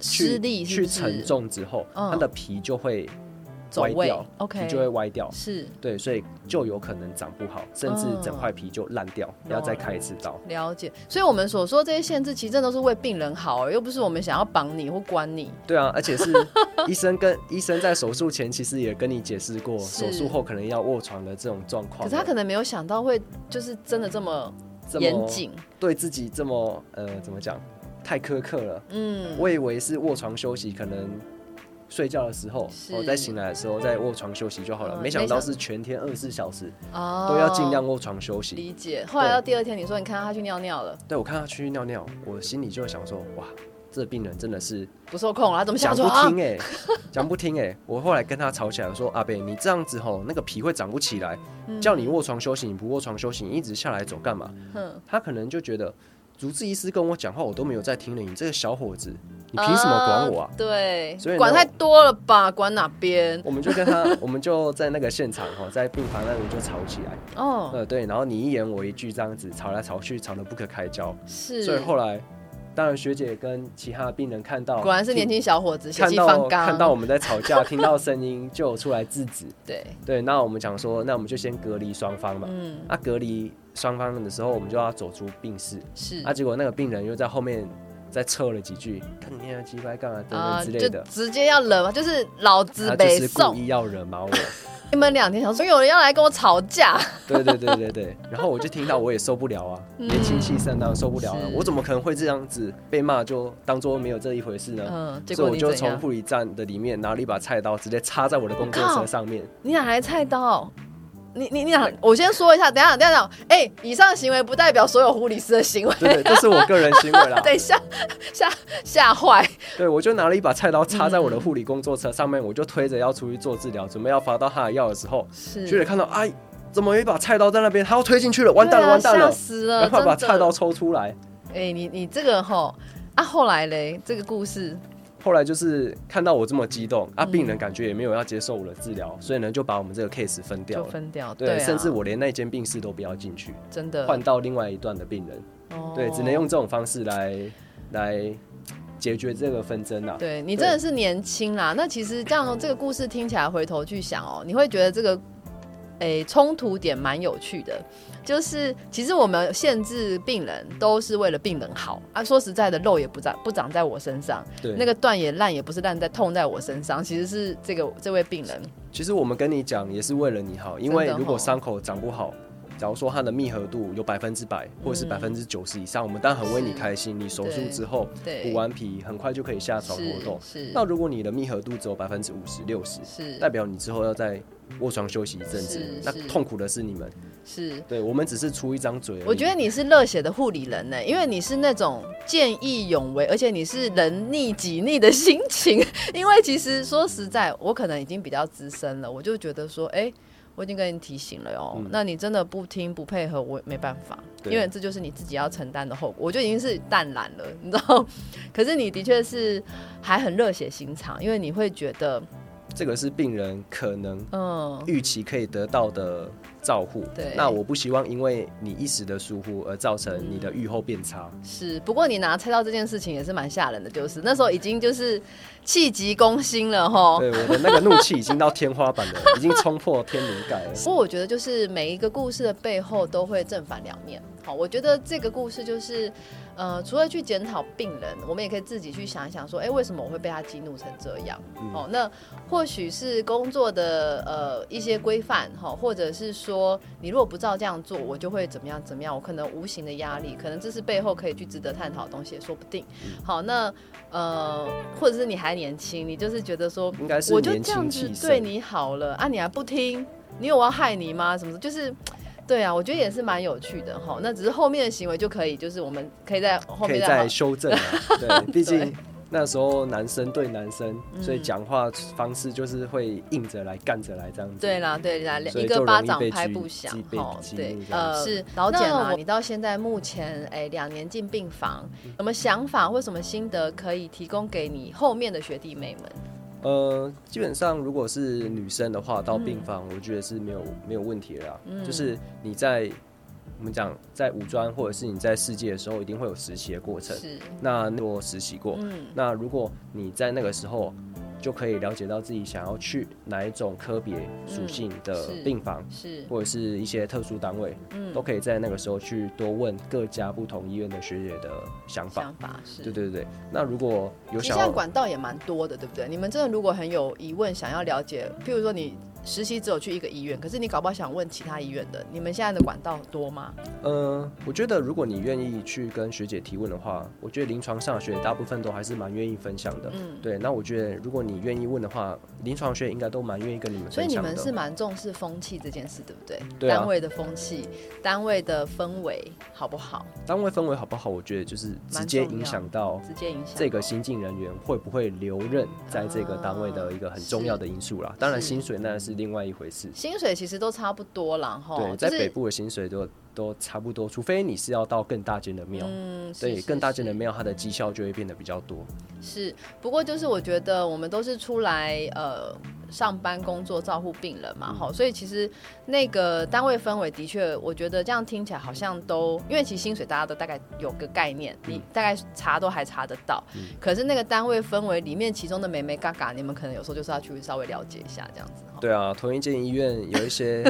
Speaker 2: 去
Speaker 1: 失力是
Speaker 2: 去
Speaker 1: 不
Speaker 2: 承
Speaker 1: 是？
Speaker 2: 重之后，
Speaker 1: 嗯
Speaker 2: 它的皮就会
Speaker 1: 走
Speaker 2: 歪
Speaker 1: 位
Speaker 2: 掉
Speaker 1: ，OK
Speaker 2: 皮就会歪掉。
Speaker 1: 是
Speaker 2: 对，所以就有可能长不好，甚至
Speaker 1: 嗯
Speaker 2: 整块皮就烂掉，要再开一次刀。
Speaker 1: 了解，所以我们所说这些限制，其实真的都是为病人好而，又不是我们想要绑你或关你。
Speaker 2: 对啊，而 且是医生跟医生在手术前其实也跟你解释过，
Speaker 1: 是
Speaker 2: 手术后可能要卧床的这种状况。
Speaker 1: 可是他可能没有想到会，就是真的这么
Speaker 2: 这么
Speaker 1: 严，谨。
Speaker 2: 对自己这么呃怎么讲，太苛刻了。
Speaker 1: 嗯，
Speaker 2: 我以为是卧床休息，可能睡觉的时候，
Speaker 1: 是
Speaker 2: 我、再醒来的时候在卧床休息就好了。
Speaker 1: 嗯
Speaker 2: 没想到
Speaker 1: 没想
Speaker 2: 是全天二十四小时
Speaker 1: 哦
Speaker 2: 都要尽量卧床休息。
Speaker 1: 理解。后来到第二天，你说你看到他去尿尿了，
Speaker 2: 对我看他去尿尿，我心里就想说，哇，这病人真的是
Speaker 1: 不受控了，他怎么
Speaker 2: 讲
Speaker 1: 想
Speaker 2: 不
Speaker 1: 说啊？
Speaker 2: 听哎、 讲不听哎、我后来跟他吵起来，我说阿啊贝，你这样子吼，那个皮会长不起来，
Speaker 1: 嗯
Speaker 2: 叫你卧床休息，你不卧床休息，你一直下来走干嘛？
Speaker 1: 哼，
Speaker 2: 他可能就觉得。主治医师跟我讲话，我都没有在听了。你这个小伙子，你凭什么管我啊？
Speaker 1: 对
Speaker 2: 所以，呢
Speaker 1: 管太多了吧？管哪边？
Speaker 2: 我们就跟他， 我们就在那个现场哈，在病房那里就吵起来，
Speaker 1: 哦，
Speaker 2: 呃，对，然后你一言我一句这样子吵来吵去，吵得不可开交。
Speaker 1: 是。
Speaker 2: 所以后来，当然学姐跟其他病人看到，
Speaker 1: 果然是年轻小伙子，血
Speaker 2: 看
Speaker 1: 气
Speaker 2: 到
Speaker 1: 方刚。
Speaker 2: 看到我们在吵架，听到声音就有出来制止。
Speaker 1: 对，
Speaker 2: 对，那我们讲说，那我们就先隔离双方嘛。
Speaker 1: 嗯，
Speaker 2: 那、隔离双方的时候，我们就要走出病室。
Speaker 1: 是
Speaker 2: 啊，结果那个病人又在后面再撤了几句，看你那个鸡掰干嘛等等之类
Speaker 1: 啊就
Speaker 2: 的。啊
Speaker 1: 直接要惹，就是老子
Speaker 2: 他就
Speaker 1: 北
Speaker 2: 是故
Speaker 1: 宋。
Speaker 2: 意要惹毛我。
Speaker 1: 你们两天想说有人要来跟我吵架，
Speaker 2: 对对对对对，然后我就听到我也受不了啊，年轻气盛当然受不了啊
Speaker 1: 嗯是，
Speaker 2: 我怎么可能会这样子被骂就当做没有这一回事呢？
Speaker 1: 嗯，结
Speaker 2: 所
Speaker 1: 果
Speaker 2: 以我
Speaker 1: 你
Speaker 2: 就
Speaker 1: 怎
Speaker 2: 从
Speaker 1: 样？
Speaker 2: 护理站的里面拿了一把菜刀，直接插在我的工作
Speaker 1: 靠
Speaker 2: 车上面。
Speaker 1: 你哪来菜刀？你你你哪？我先说一下，等一下等一下，等一下哎、以上行为不代表所有护理师的行为。。
Speaker 2: 对啊对，这是我个人行为啦
Speaker 1: 等一下，吓吓坏！
Speaker 2: 对，我就拿了一把菜刀插在我
Speaker 1: 嗯
Speaker 2: 的护理工作车上面，我就推着要出去做治疗，准备要发到他的药的时候，学姐
Speaker 1: 是，
Speaker 2: 看到，哎，怎么有一把菜刀在那边？他要推进去了，完蛋了，
Speaker 1: 对啊
Speaker 2: 完蛋了
Speaker 1: 吓！死了，
Speaker 2: 赶快把
Speaker 1: 真的
Speaker 2: 菜刀。抽出来。
Speaker 1: 哎、你你这个吼啊，后来嘞，这个故事，
Speaker 2: 后来就是看到我这么激动，啊，
Speaker 1: 嗯
Speaker 2: 病人感觉也没有要接受我的治疗，所以呢就把我们这个 case 分掉
Speaker 1: 就
Speaker 2: 了。
Speaker 1: 分掉，
Speaker 2: 对，
Speaker 1: 啊、
Speaker 2: 甚至我连那间病室都不要进去，
Speaker 1: 真的
Speaker 2: 换到另外一段的病人。
Speaker 1: 哦
Speaker 2: 对，只能用这种方式来来解决这个纷争啊。
Speaker 1: 对你
Speaker 2: 对
Speaker 1: 真的是年轻啦。那其实这样这个故事听起来，回头去想哦，你会觉得这个诶冲突点蛮有趣的。就是其实我们限制病人都是为了病人好啊。说实在的，肉也不长不长在我身上，
Speaker 2: 对，
Speaker 1: 那个断也烂也不是烂在痛在我身上，其实是这个这位病人
Speaker 2: 其实我们跟你讲也是为了你好，因为
Speaker 1: 真的
Speaker 2: 如
Speaker 1: 哦
Speaker 2: 果伤口长不好。假如说它的密合度有百分之百，或者
Speaker 1: 嗯
Speaker 2: 是百分之九十以上，我们当然很为你
Speaker 1: 是
Speaker 2: 开心。你手术
Speaker 1: 对
Speaker 2: 之后
Speaker 1: 对
Speaker 2: 补完皮，很快就可以下床活动
Speaker 1: 是。是
Speaker 2: 那如果你的密合度只有百分之五十、六十，
Speaker 1: 是
Speaker 2: 代表你之后要在卧床休息一阵子
Speaker 1: 是，
Speaker 2: 那
Speaker 1: 是
Speaker 2: 痛苦的是你们。
Speaker 1: 是。
Speaker 2: 对我们只是出一张嘴而已。
Speaker 1: 我觉得你是热血的护理人呢、因为你是那种见义勇为，而且你是人逆己逆的心情。 因为其实说实在，我可能已经比较资深了，我就觉得说，哎、我已经跟你提醒了哦、
Speaker 2: 嗯
Speaker 1: 那你真的不听不配合，我也没办法，
Speaker 2: 对
Speaker 1: 因为这就是你自己要承担的后果。我就已经是淡然了，你知道？ 可是你的确是还很热血心肠，因为你会觉得，
Speaker 2: 这个是病人可能
Speaker 1: 嗯，
Speaker 2: 预期可以得到的照护。
Speaker 1: 对
Speaker 2: 那我不希望因为你一时的疏忽而造成你的愈后变差。
Speaker 1: 是，不过你拿菜刀这件事情也是蛮吓人的，就是那时候已经就是气急攻心了吼。
Speaker 2: 对，我的那个怒气已经到天花板了，已经冲破天灵盖 了。
Speaker 1: 不过我觉得就是每一个故事的背后都会正反两面。好，我觉得这个故事就是，呃，除了去检讨病人，我们也可以自己去想一想，说，哎，为什么我会被他激怒成这样？
Speaker 2: 嗯
Speaker 1: 哦，那或许是工作的呃一些规范哈，或者是说你如果不照这样做，我就会怎么样怎么样，我可能无形的压力，可能这是背后可以去值得探讨的东西，也说不定。好，那呃，或者是你还年轻，你就是觉得说，
Speaker 2: 应该是
Speaker 1: 我就
Speaker 2: 年
Speaker 1: 这样
Speaker 2: 轻
Speaker 1: 子
Speaker 2: 气盛。
Speaker 1: 对你好了啊，你还不听，你有我要害你吗？什么的，就是。对啊，我觉得也是蛮有趣的哈。那只是后面的行为就可以，就是我们可以在后
Speaker 2: 可
Speaker 1: 面
Speaker 2: 以
Speaker 1: 再好
Speaker 2: 再修正啊。 对，毕
Speaker 1: 对嗯
Speaker 2: 竟那时候男生对男生，所以讲话方式就是会硬着来、干着来这样子。
Speaker 1: 对啦，对啦，
Speaker 2: 所
Speaker 1: 一
Speaker 2: 以
Speaker 1: 个
Speaker 2: 就
Speaker 1: 巴
Speaker 2: 容易
Speaker 1: 掌
Speaker 2: 被
Speaker 1: 拍
Speaker 2: 激
Speaker 1: 不响
Speaker 2: 激被
Speaker 1: 哈。
Speaker 2: 激
Speaker 1: 对
Speaker 2: 怒，这样
Speaker 1: 呃，
Speaker 2: 子
Speaker 1: 是老简
Speaker 3: 那
Speaker 1: 啊，
Speaker 3: 我
Speaker 1: 你到现在目前哎两年进病房，什么想法或什么心得可以提供给你后面的学弟妹们？
Speaker 2: 呃，基本上如果是女生的话，到病
Speaker 1: 嗯
Speaker 2: 房我觉得是没有没有问题的啦。就是你在我们讲在武装或者是你在世界的时候，一定会有实习的过程。
Speaker 1: 是，
Speaker 2: 那我实习过，
Speaker 1: 嗯，
Speaker 2: 那如果你在那个时候就可以了解到自己想要去哪一种科别属
Speaker 1: 嗯
Speaker 2: 性的
Speaker 1: 是
Speaker 2: 病房，
Speaker 1: 是，嗯
Speaker 2: 或者是一些特殊单位，都可以在那个时候去多问各家不同医院的学姐的想法。
Speaker 1: 想法是。
Speaker 2: 对对对，那如果有
Speaker 1: 其实现
Speaker 2: 想
Speaker 1: 在
Speaker 2: 要
Speaker 1: 管道也蛮多的，对不对？你们真的如果很有疑问，想要了解，譬如说你实习只有去一个医院，可是你搞不好想问其他医院的，你们现在的管道多吗？
Speaker 2: 嗯，我觉得如果你愿意去跟学姐提问的话，我觉得临床上的学姐大部分都还是蛮愿意分享的。
Speaker 1: 嗯
Speaker 2: 对，那我觉得如果你愿意问的话，临床学姐应该都蛮愿意跟你们
Speaker 1: 所以
Speaker 2: 分
Speaker 1: 你
Speaker 2: 享的。
Speaker 1: 们是蛮重视风气这件事，对不对？
Speaker 2: 对啊
Speaker 1: 单位的风气，单位的氛围好不好，
Speaker 2: 单位氛围好不好？我觉得就是直接
Speaker 1: 重要
Speaker 2: 影响到
Speaker 1: 直接影响
Speaker 2: 这个新进人员会不会留任在这个单位的一个很重要的因素啦。当然，
Speaker 1: 是
Speaker 2: 薪水那是另外一回事。
Speaker 1: 薪水其实都差不多啦，吼，
Speaker 2: 对，
Speaker 1: 哦就
Speaker 2: 在
Speaker 1: 是
Speaker 2: 北部的薪水都都差不多，除非你是要到更大间的庙，
Speaker 1: 嗯，是
Speaker 2: 对，
Speaker 1: 是
Speaker 2: 更大间
Speaker 1: 是
Speaker 2: 的庙，它的绩效就会变得比较多。
Speaker 1: 是，不过就是我觉得我们都是出来呃上班工作照顾病人嘛，好、所以其实那个单位氛围的确，我觉得这样听起来好像都，因为其实薪水大家都大概有个概念，你大概查都还查得到，可是那个单位氛围里面其中的美眉嘎嘎，你们可能有时候就是要去稍微了解一下这样子哈。
Speaker 2: 对啊，同一间医院有一 些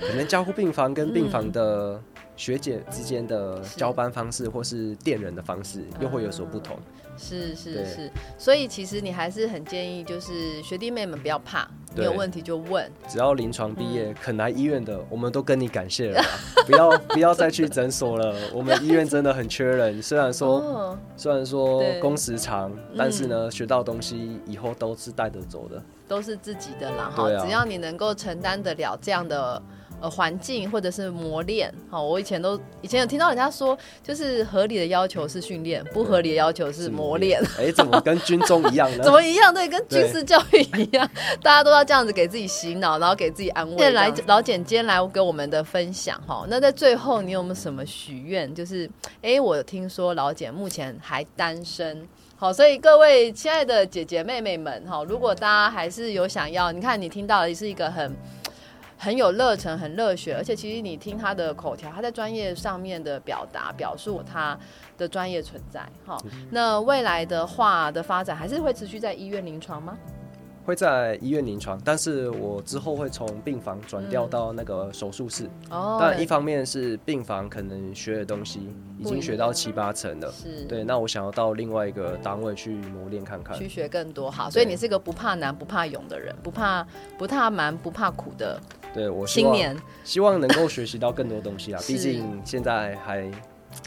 Speaker 2: 可能加护病房跟病房的学姐之间的
Speaker 1: 嗯是
Speaker 2: 交班方式，或是电人的方式，又会有所不同。
Speaker 1: 是是
Speaker 2: 对
Speaker 1: 是，所以其实你还是很建议，就是学弟妹们不要怕，你有问题就问。
Speaker 2: 只要临床毕
Speaker 1: 嗯
Speaker 2: 业肯来医院的，我们都跟你感谢 了啦，不要不要再去诊所了，我们医院真的很缺 人。虽然说
Speaker 1: 哦，
Speaker 2: 虽然说
Speaker 1: 对嗯
Speaker 2: 工时长，但是呢，学到东西以后都是带得走的。
Speaker 1: 都是自己的啦，哈、
Speaker 2: 对啊
Speaker 1: 只要你能够承担得了这样的。呃，环境或者是磨练，好，我以前都以前有听到人家说，就是合理的要求是训练，不合理的要求是磨 练，，
Speaker 2: 哎，怎么跟军中一样 呢？
Speaker 1: 怎么一样？对，跟军事教育一样，大家都要这样子给自己洗脑，然后给自己安慰。
Speaker 3: 对
Speaker 1: 谢谢来老简今天来给我们的分享哈，那在最后你有没有什么许愿？就是哎、诶我听说老简目前还单身。好，所以各位亲爱的姐姐妹妹们，哈，如果大家还是有想要，你看你听到的是一个很很有热忱、很热血，而且其实你听他的口条，他在专业上面的表达、表述他的专业存在。哈，那未来的话的发展还是会持续在医院临床吗？
Speaker 2: 会在医院临床，但是我之后会从病房转调到那个手术室。
Speaker 1: 哦
Speaker 2: 当然，一方面是病房可能学的东西已经学到七八成了，
Speaker 1: 是
Speaker 2: 对，那我想要到另外一个单位去磨练看看。
Speaker 1: 去学更多好，所以你是个不怕难、不怕勇的人，不怕不怕蛮、不怕苦的
Speaker 2: 对我希
Speaker 1: 青
Speaker 2: 望
Speaker 1: 年，
Speaker 2: 希望能够学习到更多东西啦，
Speaker 1: 是
Speaker 2: 毕竟现在还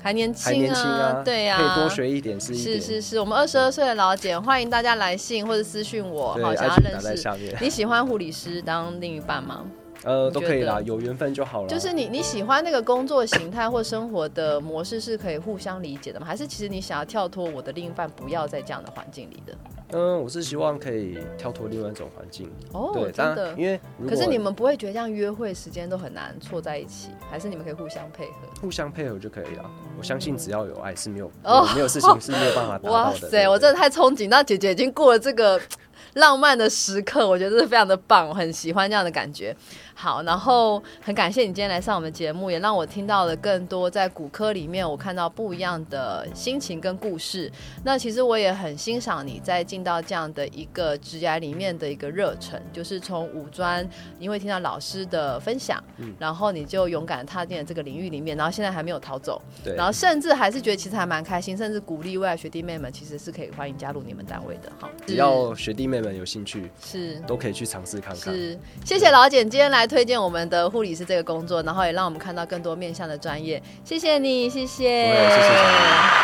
Speaker 1: 还年轻
Speaker 2: 还年轻啊，
Speaker 1: 对呀、
Speaker 2: 可以多学一点是一
Speaker 1: 是
Speaker 2: 点，
Speaker 1: 是是，我们二十二岁的老简，欢迎大家来信或者私讯我，
Speaker 2: 对，
Speaker 1: 好想
Speaker 2: 爱
Speaker 1: 要
Speaker 2: 情打
Speaker 1: 认
Speaker 2: 在
Speaker 1: 识。
Speaker 2: 下面，
Speaker 1: 你喜欢护理师当另一半吗？
Speaker 2: 呃，
Speaker 1: 你
Speaker 2: 都
Speaker 1: 觉
Speaker 2: 可以
Speaker 1: 得
Speaker 2: 啦，有缘分就好了。
Speaker 1: 就是你你喜欢那个工作形态或生活的模式是可以互相理解的吗？还是其实你想要跳脱我的另一半，不要在这样的环境里的？
Speaker 2: 嗯，我是希望可以跳脱另外一种环境，
Speaker 1: 哦
Speaker 2: 对，，
Speaker 1: 真
Speaker 2: 当
Speaker 1: 的
Speaker 2: 然，。因为如
Speaker 1: 可是
Speaker 2: 果
Speaker 1: 你们不会觉得这样约会时间都很难错在一起，还是你们可以互相配合？
Speaker 2: 互相配合就可以了。我相信只要有爱是没有
Speaker 1: 哦
Speaker 2: 没有事情是没有办法达 到
Speaker 1: 哇
Speaker 2: 的。
Speaker 1: 塞，我真的太憧憬到姐姐已经过了这个 浪漫的时刻，我觉得是非常的棒，我很喜欢这样的感觉。好，然后很感谢你今天来上我们节目，也让我听到了更多在骨科里面我看到不一样的心情跟故事。那其实我也很欣赏你在进到这样的一个职涯里面的一个热忱，就是从五专，因为听到老师的分享，然后你就勇敢地踏进了这个领域里面，然后现在还没有逃走。
Speaker 2: 对
Speaker 1: 然后甚至还是觉得其实还蛮开心，甚至鼓励未来学弟妹们其实是可以欢迎加入你们单位的哈。
Speaker 2: 只要学弟妹们有兴趣，
Speaker 1: 是
Speaker 2: 都可以去尝试看看。
Speaker 1: 是，谢谢老简今天来推荐我们的护理师这个工作，然后也让我们看到更多面向的专业，谢谢你，谢谢，
Speaker 2: 不会谢谢小